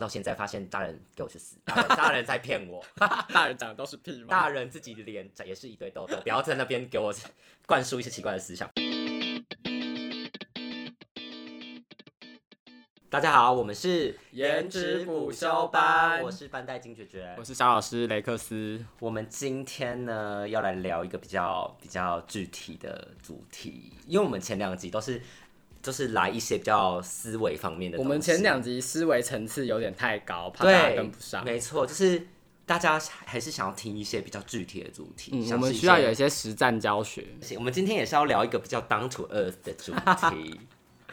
到现在发现大人给我去死，大人大人在骗 我，大人讲的都是屁吗？大人自己脸也是一堆痘痘，不要在那边给我灌输一些奇怪的思想。大家好，我们是颜值补修班我是班代金绝绝我。是小老师雷克斯，我们今天呢要来聊一个比较比较具体的主题，因为我们前两集都是就是来一些比较思维方面的我东西。们前两集思维层次有点太高，怕大家跟不上。没错，就是大家还是想要听一些比较具体的主题，嗯，我像是们一需要些有一些实战教学。我们今天也是要聊一个比较 down to earth 的主题。嗯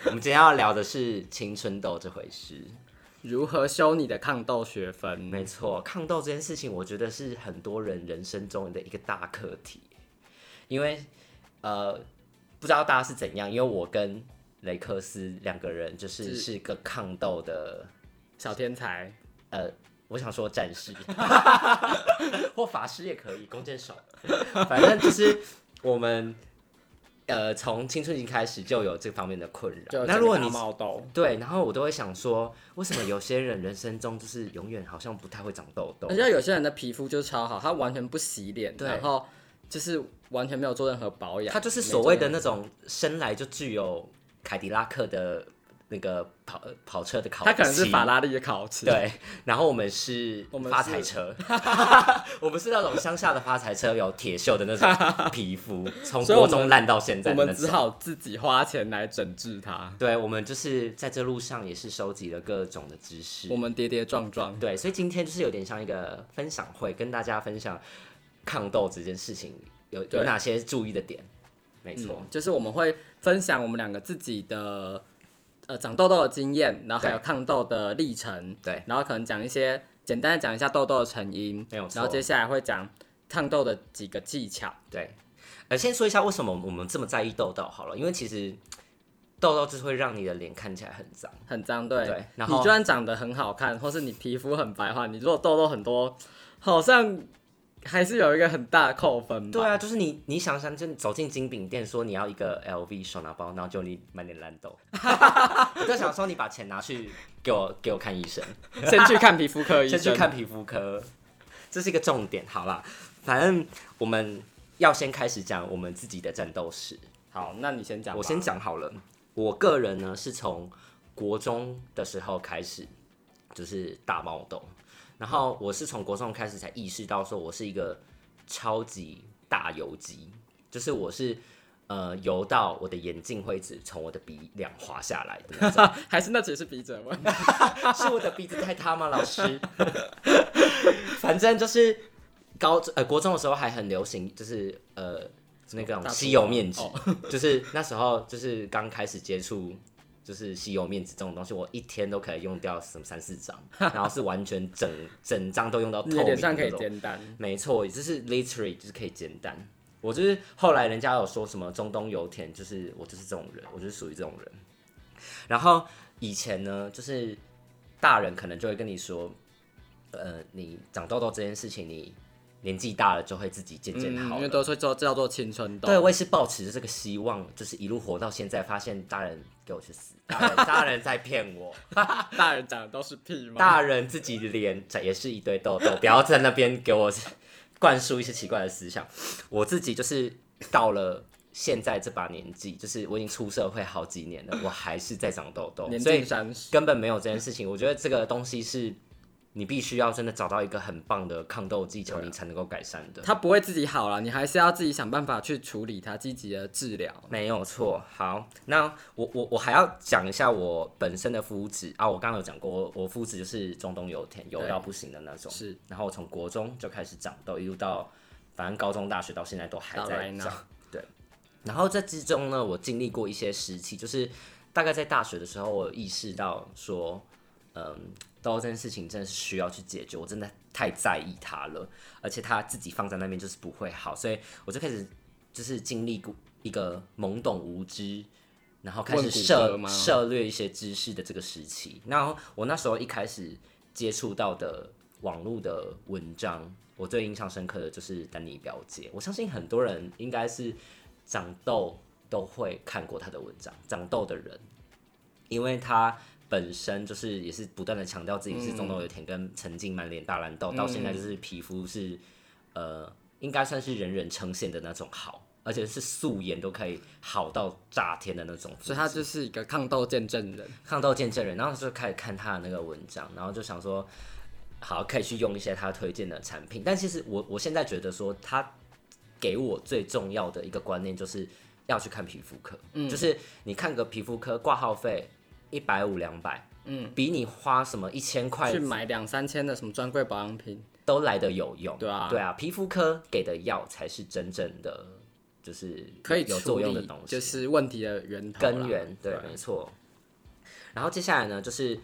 我们今天要聊的是青春痘这回事。嗯如何修你的抗痘学分？没错，抗痘这件事情，我觉得是很多人人生中的一个大课题。因为呃，不知道大家是怎样，因为我跟雷克斯两个人就是是是个抗痘的，小天才，呃，我想说战士 或法师也可以，弓箭手，反正就是我们呃从青春期开始就有这方面的困扰就。那如果你整个大冒痘，对，然后我都会想说，为什么有些人人生中就是永远好像不太会长痘痘而？且有些人的皮肤就是超好，他完全不洗脸，对然后就是完全没有做任何保养，他就是所谓的那种生来就具有凯迪拉克的那个跑呃跑车的烤，他可能是法。拉利的烤漆，，对，然后我们是我们发是财 车，我们是那种乡下的发财车，有铁锈的那种 皮肤，从所以我国们中烂到现在我的那们只种。好自己花钱来整治它。对，我们就是在这路上也是收集了各种的知识我。们跌跌撞撞，对，所以今天就是有点像一个分享会，跟大家分享抗痘这件事情有有对哪些注意的点。没错，嗯就是我们会分享我们两个自己的呃长痘痘的经验，然后还有抗痘的历程，对，然后可能讲一些简单的讲一下痘痘的成因，没有错然后接下来会讲抗痘的几个技巧，对。呃，先说一下为什么我们这么在意痘痘好了，因为其实痘痘就是会让你的脸看起来很脏。很脏，对，对然你后就算长得很好看，或是你皮肤很白的话，你如果痘痘很多，好像还是有一个很大的扣分吧。对啊，就是你，你想想，就你走进精品店说你要一个 LV 手拿包，然后就你满脸烂痘， 我就想说你把钱拿去给我给我看医生，先去看皮肤科医先生，去看皮肤科，这是一个重点。好啦，反正我们要先开始讲我们自己的战斗史。好，那你先讲吧，我先讲好了，我个人呢是从国中的时候开始，就是大冒痘，然后我是从国中开始才意识到说我是一个超级大油肌，就是我是。呃，油到我的眼镜会一直从我的鼻梁滑下来的那 种， 还是那只是鼻子的问题。是我的鼻子太塌吗，老师？反正就是高中呃国中的时候还很流行，就是呃那种大哦吸油头面纸， 就是那时候就是刚开始接触。就是吸油面纸这种东西，我一天都可以用掉什么三四张，然后是完全整整张都用到透你明的的脸那上可以种煎蛋，没错，就是 literally 就是可以简单。我就是后来人家有说什么中东油田，就是我就是这种人，我就是属于这种人。然后以前呢，就是大人可能就会跟你说，呃，你长痘痘这件事情，你年纪大了就会自己渐渐嗯，好因了。为都说叫叫做青春痘。对，我也是抱持着这个希望，就是一路活到现在，发现大人给我去死，大人大人在骗我。 大人讲的都是屁吗？大人自己脸也是一堆痘痘，不要在那边给我 灌输一些奇怪的思想。我自己就是到了现在这把年纪，就是我已经出社会好几年了，我还是在长痘痘，年所近以三十，根本没有这件事情。我觉得这个东西是你必须要真的找到一个很棒的抗痘技巧，你才能够改善的。它不会自己好了，你还是要自己想办法去处理它，积极的治疗。没有错，好，那我我我还要讲一下我本身的肤质啊，我刚刚有讲过，我我肤质就是中东油田，油到不行的那种。是，然后我从国中就开始长痘，一路到反正高中、大学到现在都还到在 right 长 now。对，然后这之中呢，我经历过一些时期，就是大概在大学的时候，我有意识到说，嗯，痘这件事情真的是需要去解决，我真的太在意它了，而且它自己放在那边就是不会好，所以我就开始就是经历过一个懵懂无知。然后开始问谷歌涉吗涉略一些知识的这个时期，然后我那时候一开始接触到的网络的文章，我最印象深刻的就是丹尼表姐。我相信很多人应该是长痘都会看过她的文章，长痘的人，因为她本身就是也是不断的强调自己是中岛有田跟曾经满脸大蓝痘，到现在就是皮肤是呃应该算是人人称羡的那种好，而且是素颜都可以好到炸天的那种。所以他就是一个抗痘见证人。抗痘见证人，然后就开始看他的那个文章，然后就想说，好可以去用一些他推荐的产品。但其实我我现在觉得说，他给我最重要的一个观念就是要去看皮肤科，嗯就是你看个皮肤科挂号费一百五两百，嗯，比你花什么一千块去买两三千的什么专柜保养品，都来的有用。对啊对啊，皮肤科给的药才是真正的就是可以有处作用的理东西，啊就是问题的源头啦根源，对，没错。然后接下来呢，就是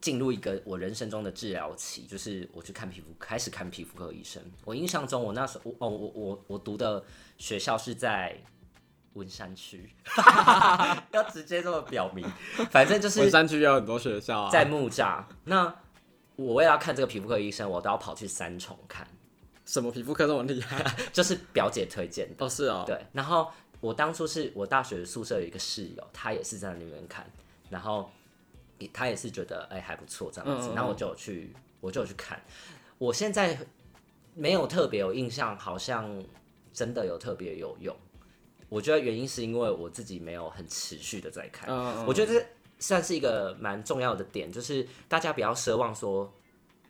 进入一个我人生中的治疗期，就是我去看皮肤，开始看皮肤科医生。我印象中，我那时候，我哦，我我我读的学校是在文山区， 要直接这么表明，反正就是文山区也有很多学校啊，在木栅。那我为了要看这个皮肤科医生，我都要跑去三重看，什么皮肤科这么厉害？就是表姐推荐哦，是哦，对，然后我当初是我大学宿舍有一个室友，他也是在那里面看，然后也他也是觉得哎、还不错这样子嗯嗯，嗯然后我就有去我就有去看，我现在没有特别有印象，好像真的有特别有用。我觉得原因是因为我自己没有很持续的在看，嗯我觉得这算是一个蛮重要的点，就是大家不要奢望说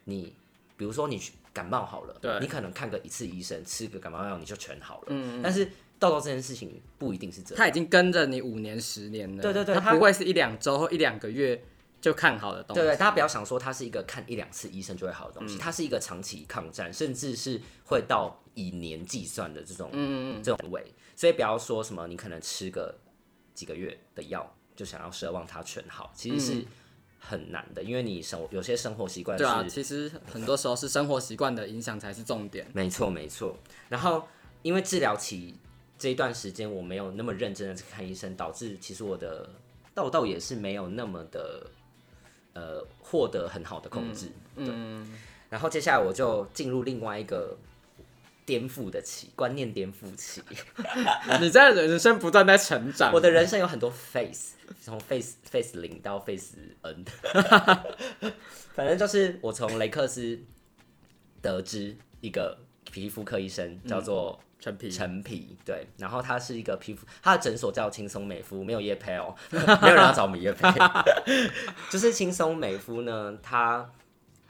你，比如说你去感冒好了，对嗯你可能看个一次医生，吃个感冒药你就全好了。但是痘痘这件事情不一定是这样。他已经跟着你五年、十年了，对对对他他不会是一两周或一两个月就看好的东西，嗯对对，大家不要想说它是一个看一两次医生就会好的东西，它是一个长期抗战，甚至是会到以年计算的这嗯种、这种位，所以不要说什么你可能吃个几个月的药就想要奢望它全好，其实是很难的，因为你生有些生活习惯是嗯对啊，其实很多时候是生活习惯的影响才是重点。 没错，没错。然后因为治疗期这一段时间我没有那么认真的去看医生，导致其实我的痘痘也是没有那么的呃获得很好的控制。对。然后接下来我就进入另外一个颠覆的期，观念颠覆期。你在人生不断在成长，我的人生有很多 face，从 face face 零到 face n，反正就是我从雷克斯得知一个皮肤科医生叫做陈皮陈皮，对，然后他是一个皮肤，他的诊所叫轻松美肤，没有叶配哦，没有人要找我们叶配， 就是轻松美肤呢，它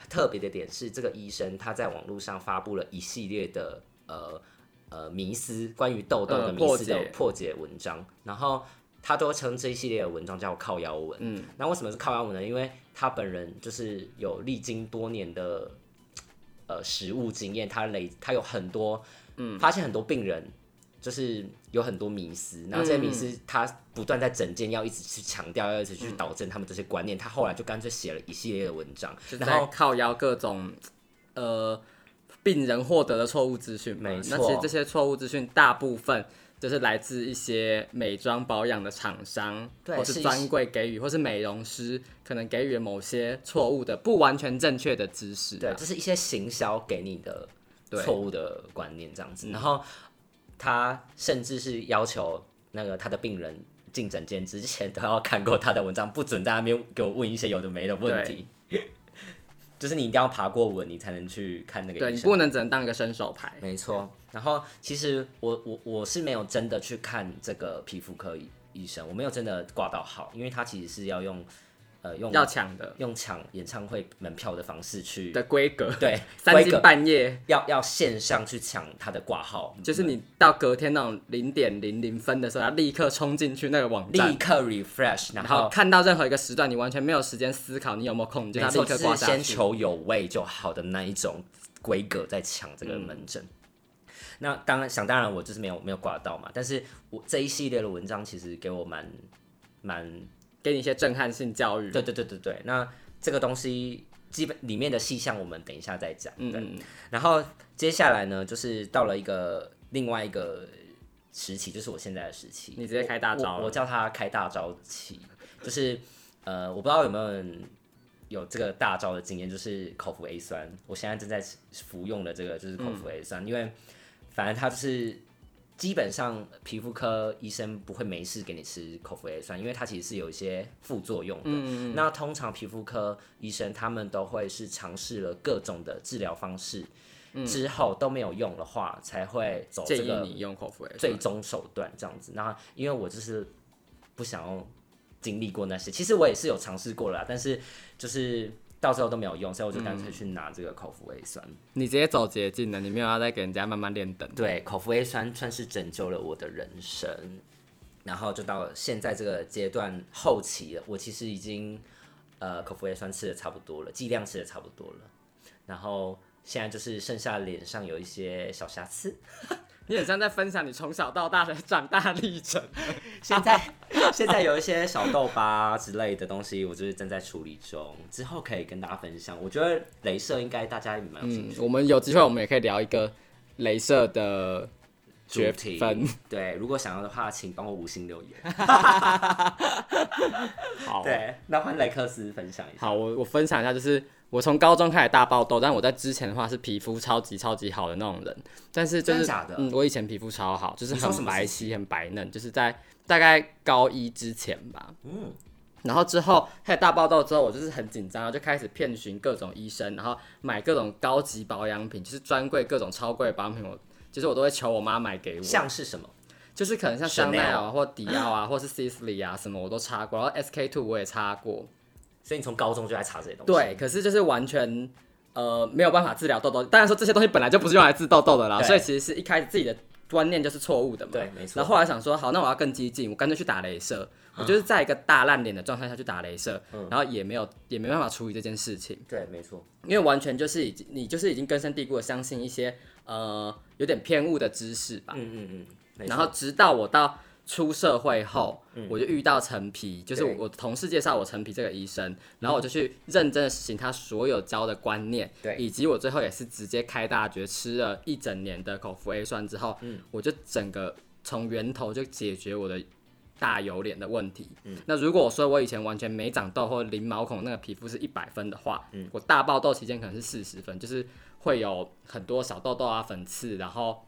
特别的点是这个医生他在网络上发布了一系列的呃呃迷思，关于痘痘呃的迷思的破解破解文章，然后他都称这一系列的文章叫靠腰文。嗯，那为什么是靠腰文呢？因为他本人就是有历经多年的呃实务经验，他累他有很多嗯发现很多病人。就是有很多迷思，然后这些迷嗯思他不断在整间要一直去强调，要一直去导正他们这些观念。他后来就干脆写了一系列的文章，就然后在靠腰各种呃病人获得的错误资讯嘛。没那错其实这些错误资讯大部分就是来自一些美妆保养的厂商，对或是是一专柜给予，或是美容师可能给予某些错误的、不完全正确的知识。啊对，，就是一些行销给你的错误的观念这样嗯子。然后他甚至是要求那个他的病人进诊间之前都要看过他的文章，不准在那边给我问一些有的没的问题。 就是你一定要爬过文，你才能去看那个医对生。你不能只能当一个伸手牌。没错。然后其实我我我是没有真的去看这个皮肤科医医生，我没有真的挂到号，因为他其实是要用呃用要抢的用抢演唱会门票的方式去的规格，对三规格更半夜，要要线上去抢他的挂号，就是你到隔天那种零点零零分的时候，要立刻冲进去那个网站立，刻 refresh，然然后后看到任何一个时段，你完全没有时间思考你有没有空，你就没要立错，刻就是挂下先去。求有位就好的那一种规格在抢这个嗯门诊。那当然，想当然，我就是没有没有挂到嘛。但是我这一系列的文章其实给我蛮蛮给你一些震撼性教育。对对对对对，那这个东西基本里面的细项我们等一下再讲。嗯对，然后接下来呢，就是到了一个另外一个时期，就是我现在的时期。你直接开大招了我我我叫它开大招期，就是呃，我不知道有没有人有这个大招的经验，就是口服 A 酸，嗯我现在正在服用的这个就是口服 A 酸，因为反正它就是基本上皮肤科医生不会没事给你吃口服 A 酸，因为它其实是有一些副作用的。嗯那通常皮肤科医生他们都会是尝试了各种的治疗方式。之后都没有用的话，才会走这嗯建议个你用口服 A 最终手段这样子。那因为我就是不想要经历过那些，其实我也是有尝试过了啦，但是就是到最后都没有用，所以我就干嗯脆去拿这个口服 A 酸。你直接走捷径了，你没有要再给人家慢慢练等。对，口服 A 酸算是拯救了我的人生。然后就到了现在这个阶段后期了，我其实已经呃口服 A 酸吃的差不多了，剂量吃的差不多了，然后现在就是剩下脸上有一些小瑕疵。 你很像在分享你从小到大的长大历程。现 在现在有一些小痘疤之类的东西，我就是正在处理中，之后可以跟大家分享。我觉得镭射应该大家也蛮有兴嗯，我们有机会我们也可以聊一个镭射的趣的学主题。分。对，如果想要的话，请帮我五星留言。 啊好对，那换雷克斯分享一下。好，我我分享一下，就是我从高中开始大爆痘，但我在之前的话是皮肤超级超级好的那种人，但是就真是的假的嗯，我以前皮肤超好，就是你说什很么白时皙、很白嫩，就是在大概高一之前吧。嗯，然后之后开始大爆痘之后，我就是很紧张，然后就开始遍寻各种医生，然后买各种高级保养品，就是专柜各种超贵的保养品，我就是我都会求我妈买给我。像是什么？就是可能像 Chanel 香奈儿啊，或迪奥啊，或是 Sisley 啊，什么我都擦过，然后 SK two 我也擦过，所以你从高中就在查这些东西。对，，可是就是完全呃没有办法治疗痘痘。当然说这些东西本来就不是用来治痘痘的啦，对所以其实是一开始自己的观念就是错误的嘛。对没错嗯然后后来想说，好，那我要更激进，我干脆去打镭射。我就是在一个大烂脸的状态下去打镭射，然后也没有也没办法处理这件事情。对，没错。因为完全就是已经你就是已经根深蒂固的相信一些呃有点偏误的知识吧。嗯嗯嗯没错。然后直到我到出社会后，我就遇到陈皮，就是我嗯对嗯我同事介绍我陈皮这个医生，然后我就去认真的实行他所有教的观念，对以及我最后也是直接开大绝，吃了一整年的口服 A 酸之后，嗯我就整个从源头就解决我的。大油脸的问题。嗯那如果我说我以前完全没长痘或零毛孔，那个皮肤是一百分的话，嗯我大爆痘期间可能是四十分，就是会有很多小痘痘啊、粉刺，然后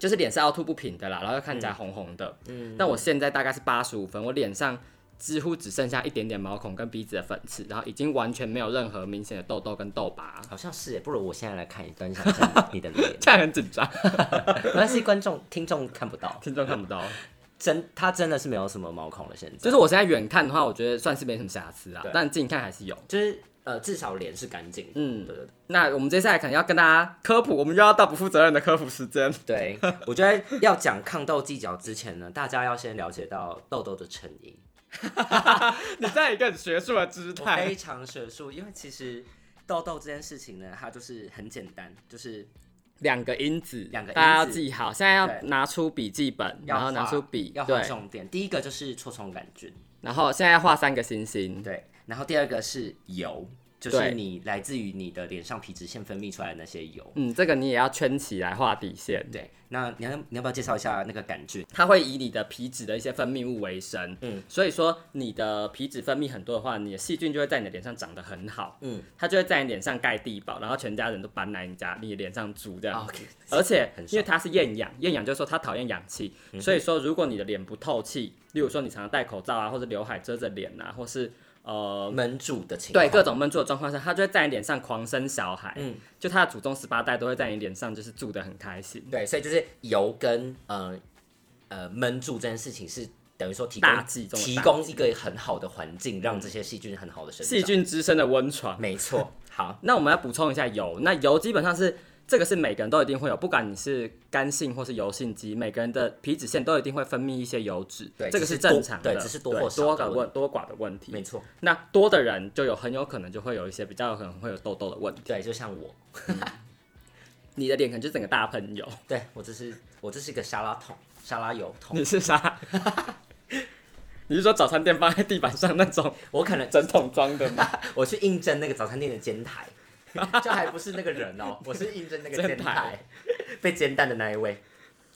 就是脸是凹凸不平的啦，然后又看起来红红的。嗯，但我现在大概是八十五分，我脸上几乎只剩下一点点毛孔跟鼻子的粉刺，然后已经完全没有任何明显的痘痘跟痘疤。。好像是耶，不如我现在来看一段，想一下你的脸 这样很紧张，没关系，观众听众看不到， 听众看不到。真他真的是没有什么毛孔了。现在就是我现在远看的话，我觉得算是没什么瑕疵啊对，但近看还是有。就是呃，至少脸是干净的。嗯对对对。那我们接下来可能要跟大家科普，我们又要到不负责任的科普时间。对，我觉得要讲抗痘技巧之前呢， 大家要先了解到痘痘的成因。 你在一个很学术的姿我态非，常学术，因为其实痘痘这件事情呢，它就是很简单，就是两个因子，两个因子大家要记好。现在要对拿出笔记本，要然后拿画出笔，要画对，重点。第一个就是痤疮杆菌，然后现在要画三个星星。对，然后第二个是油，就是对你来自于你的脸上皮脂腺分泌出来的那些油。嗯，这个你也要圈起来画底线。对，那你要你要不要介绍一下那个杆菌？它会以你的皮脂的一些分泌物为生，嗯，所以说你的皮脂分泌很多的话，你的细菌就会在你的脸上长得很好，嗯，它就会在你脸上盖地堡，然后全家人都搬来你家，你的脸上住这样。 OK，而且哦很爽嗯因为它是厌氧，厌氧就是说它讨厌氧气，所以说如果你的脸不透气，例如说你常常戴口罩啊，或者刘海遮着脸啊，或是呃闷住的情对况，各种闷住的状况下，它就会在你脸上狂生小孩，嗯，就它的祖宗十八代都会在你脸上就是住得很开心。对，所以就是油跟呃呃闷住这件事情是等于说提大供忌中的提大供一个很好的环境，让这些细菌很好的生长。细菌滋生的温床。没错，好，那我们要补充一下油，那油基本上是这个是每个人都一定会有，不管你是干性或是油性肌，每个人的皮脂腺都一定会分泌一些油脂，对这个只是正多常的，对只是多或少多的寡问多寡的问题没。错，那多的人就有很有可能就会有一些比较有可能会有痘痘的问题，对，就像我，你的脸可能就整个大喷油。对我这是我这是一个沙拉桶，沙拉油桶，你是啥？ 你是说早餐店放在地板上那种 我可能整桶装的吗？我去应征那个早餐店的煎台， 就还不是那个人哦，我是应征那个煎煎台台，被煎蛋的那一位。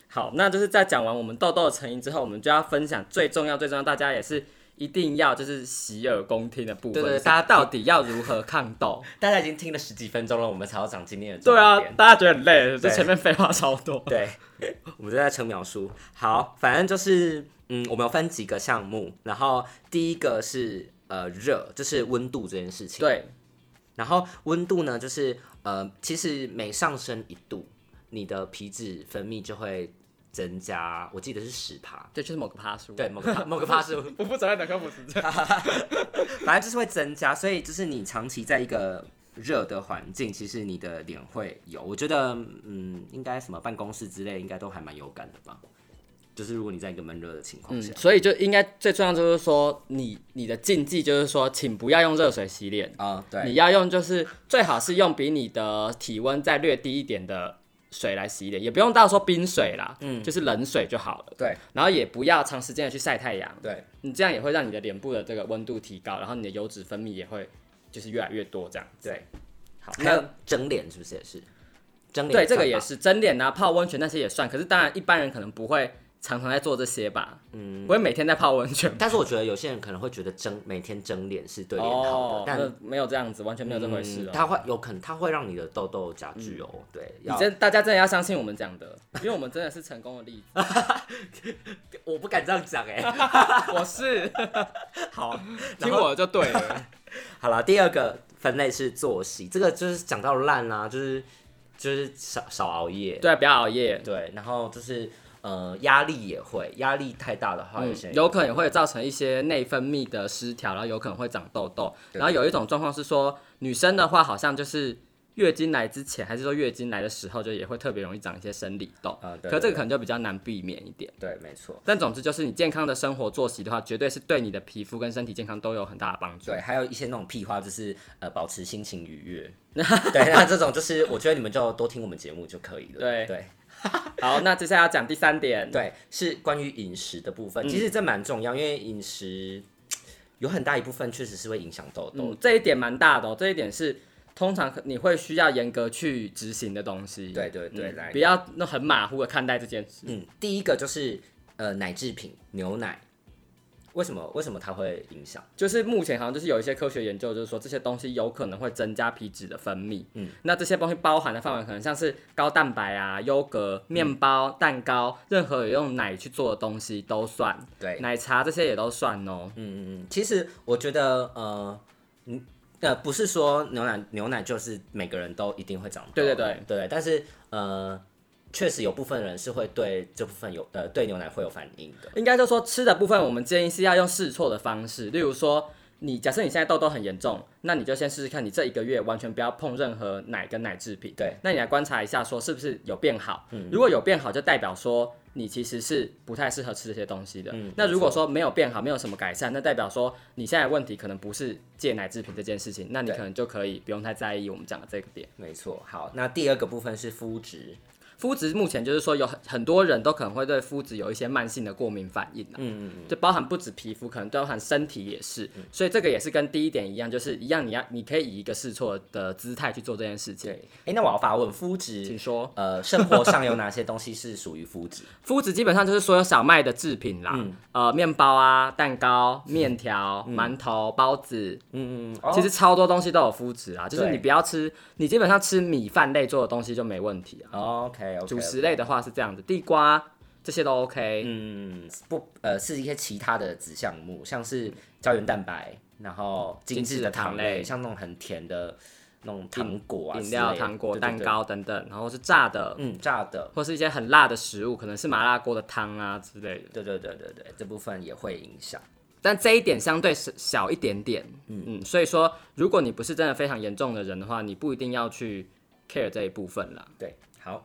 好，那就是在讲完我们痘痘的成因之后，我们就要分享最重要、最重要，大家也是一定要就是洗耳恭听的部分，对对对大家到底要如何抗斗？大家已经听了十几分钟了，我们才要讲今天的重对啊点，大家觉得很累，就对前面废话超多。对，我们就在撑描述。好，反正就是，嗯，我们有分几个项目，然后第一个是呃热，就是温度这件事情。对，然后温度呢，就是呃，其实每上升一度，你的皮质分泌就会增加，我记得是十帕，这就是某个趴数。对，，某个帕某个帕数，不负责任的科普时政。反正就是会增加，所以就是你长期在一个热的环境，其实你的脸会油。我觉得，嗯，应该什么办公室之类，应该都还蛮有感的吧。就是如果你在一个闷热的情况嗯下，，所以就应该最重要就是说，你你的禁忌就是说，请不要用热水洗脸，啊、你对，要用就是最好是用比你的体温再略低一点的水来洗脸，也不用到说冰水啦，嗯，就是冷水就好了。对，然后也不要长时间的去晒太阳，对，你这样也会让你的脸部的这个温度提高，然后你的油脂分泌也会就是越来越多这样。对。好，还那有蒸脸是不是也是？蒸脸对这个也算吧，是蒸脸啊、泡温泉那些也算，可是当然一般人可能不会常常在做这些吧，嗯，不会每天在泡温泉。但是我觉得有些人可能会觉得蒸每天蒸脸是对脸好的，哦，但那没有这样子，完全没有这回事嗯哦。它会有可能它会让你的痘痘加剧哦。对，你要真大家真的要相信我们讲的，因为我们真的是成功的例 子。我不敢这样讲哎、 我是好，听我的就对 了，好了，第二个分类是作息，这个就是讲到烂啦、就是就是少少熬夜，对，不要熬夜，对，然后就是呃压力也会，压力太大的话，有些人嗯有可能会造成一些内分泌的失调，然后有可能会长痘痘。然后有一种状况是说，女生的话好像就是月经来之前，还是说月经来的时候，就也会特别容易长一些生理痘。啊对可这对个可能就比较难避免一点。对，没错，但总之就是你健康的生活作息的话，绝对是对你的皮肤跟身体健康都有很大的帮助。对，还有一些那种屁话，就是呃保持心情愉悦， 对，那这种就是我觉得你们就多听我们节目就可以了，对对。好，那接下来要讲第三点，对，是关于饮食的部分，嗯其实这蛮重要，因为饮食有很大一部分确实是会影响痘痘。嗯，这一点蛮大的哦，这一点是通常你会需要严格去执行的东西。对对对嗯来不要那很马虎的看待这件事。嗯，第一个就是呃奶制品，牛奶，为什么为什么它会影响？就是目前好像就是有一些科学研究，就是说这些东西有可能会增加皮脂的分泌。嗯，那这些东西包含的范围可能像是高蛋白啊、优格、面嗯包、蛋糕，任何有用奶去做的东西都算，对，奶茶这些也都算哦。嗯，其实我觉得呃，嗯。呃，不是说牛奶牛奶就是每个人都一定会长痘，对对对对，但是呃，确实有部分人是会对这部分有呃对牛奶会有反应的，应该就说吃的部分，我们建议是要用试错的方式，例如说。你假设你现在痘痘很严重，那你就先试试看，你这一个月完全不要碰任何奶跟奶制品。对，嗯那你来观察一下，说是不是有变好？如果有变好，就代表说你其实是不太适合吃这些东嗯西的。那如果说没有变好，没有什么改善，那代表说你现在的问题可能不是戒奶制品这件事情，那你对可能就可以不用太在意我们讲的这个点。没错。好，那第二个部分是肤质，肤质目前就是说有很很多人都可能会对肤质有一些慢性的过敏反应、啊，嗯嗯就包含不止皮肤，可能包含身体也是，所以这个也是跟第一点一样，就是一样你要你可以以一个试错的姿态去做这件事情。对，哎，那我要发问，肤质请，说。呃，生活上有哪些东西是属于肤质？麸质基本上就是所有小麦的制品啦，呃，面包啊、蛋糕、面条、馒头、包子，嗯嗯，其实超多东西都有麸质啊。就是对你不要吃，你基本上吃米饭类做的东西就没问题啊。 OK OK，主食类的话是这样子，地瓜这些都 OK。嗯，不，呃，是一些其他的子项目，像是胶原蛋白，然后精致的糖精致的糖类，类像那种很甜的那种糖果啊之类的，饮料、糖果、对蛋，糕等等，然后是炸的，对对嗯，炸的，或是一些很辣的食物，可能是麻辣锅的汤啊之类的。对对对对对，这部分也会影响。但这一点相对是小一点点，嗯嗯，所以说如果你不是真的非常严重的人的话，你不一定要去 care 这一部分啦。对，好，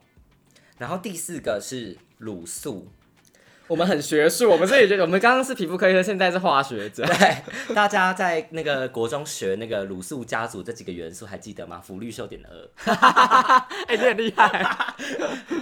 然后第四个是卤素， 我们很学术，我们这里觉得我们刚刚是皮肤科医生，现在是化学者。对，大家在那个国中学那个卤素家族这几个元素还记得吗？氟氯溴碘二。 哎、你很厉害。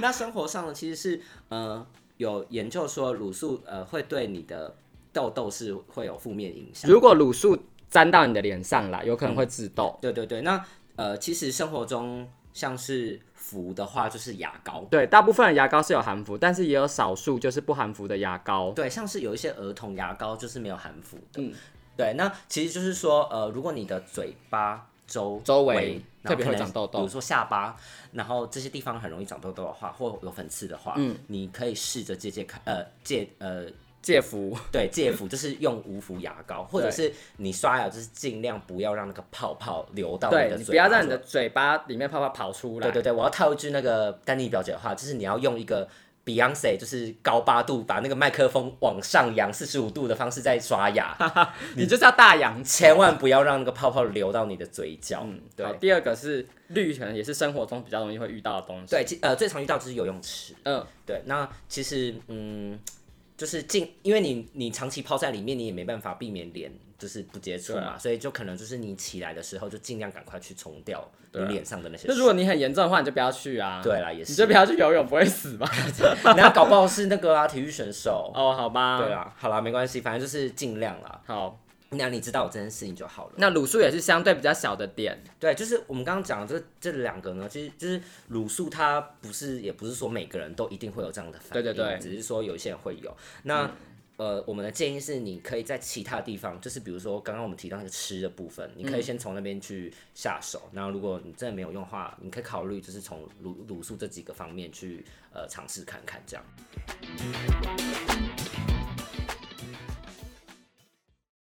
那生活上呢，其实是呃有研究说卤素呃会对你的痘痘是会有负面影响。 如果卤嗯素沾到你的脸上啦，有可能会致痘。对对对，那呃其实生活中像是氟的话就是牙膏，对，大部分的牙膏是有含氟，但是也有少数就是不含氟的牙膏。对，像是有一些儿童牙膏就是没有含氟的。嗯，对，那其实就是说，呃，如果你的嘴巴周周围围特别然后可会能长痘痘比如说下巴，然后这些地方很容易长痘痘的话，或有粉刺的话，嗯，你可以试着借借看，呃，借呃。戒氟，对，戒氟就是用无氟牙膏，或者是你刷牙，就是尽量不要让那个泡泡流到你对的你嘴不要巴让上你的嘴巴里面泡泡跑出来。对对对，我要套一句那个丹尼表姐的话，就是你要用一个 Beyonce，就是高八度，把那个麦克风往上扬四十五度的方式在刷 牙，嗯你就是要大洋气。千万不要让那个泡泡流到你的嘴角。嗯，对好，第二个是绿，可能也是生活中比较容易会遇到的东西。对，其呃，最常遇到就是游泳池。嗯，对，那其实嗯，就是进，因为你你长期泡在里面，你也没办法避免脸就是不接触对啊嘛，所以就可能就是你起来的时候就尽量赶快去冲掉你对啊脸上的那些那水。如果你很严重的话，你就不要去啊。对啦，也，你就是不要去游泳，不会死吧？然后搞不好是那个啊，体育选手。 哦，好吧。对啊啦，好啦，没关系，反正就是尽量啦。好，那你知道我这件事情就好了。那卤素也是相对比较小的点，对，就是我们刚刚讲的这这两个呢，其实就是卤素，它不是也不是说每个人都一定会有这样的反应，对对对嗯只是说有一些人会有。那、呃，我们的建议是，你可以在其他地方，就是比如说刚刚我们提到那个吃的部分，你可以嗯先从那边去下手。那、如果你真的没有用的话，你可以考虑就是从卤卤素这几个方面去呃尝试看看这样。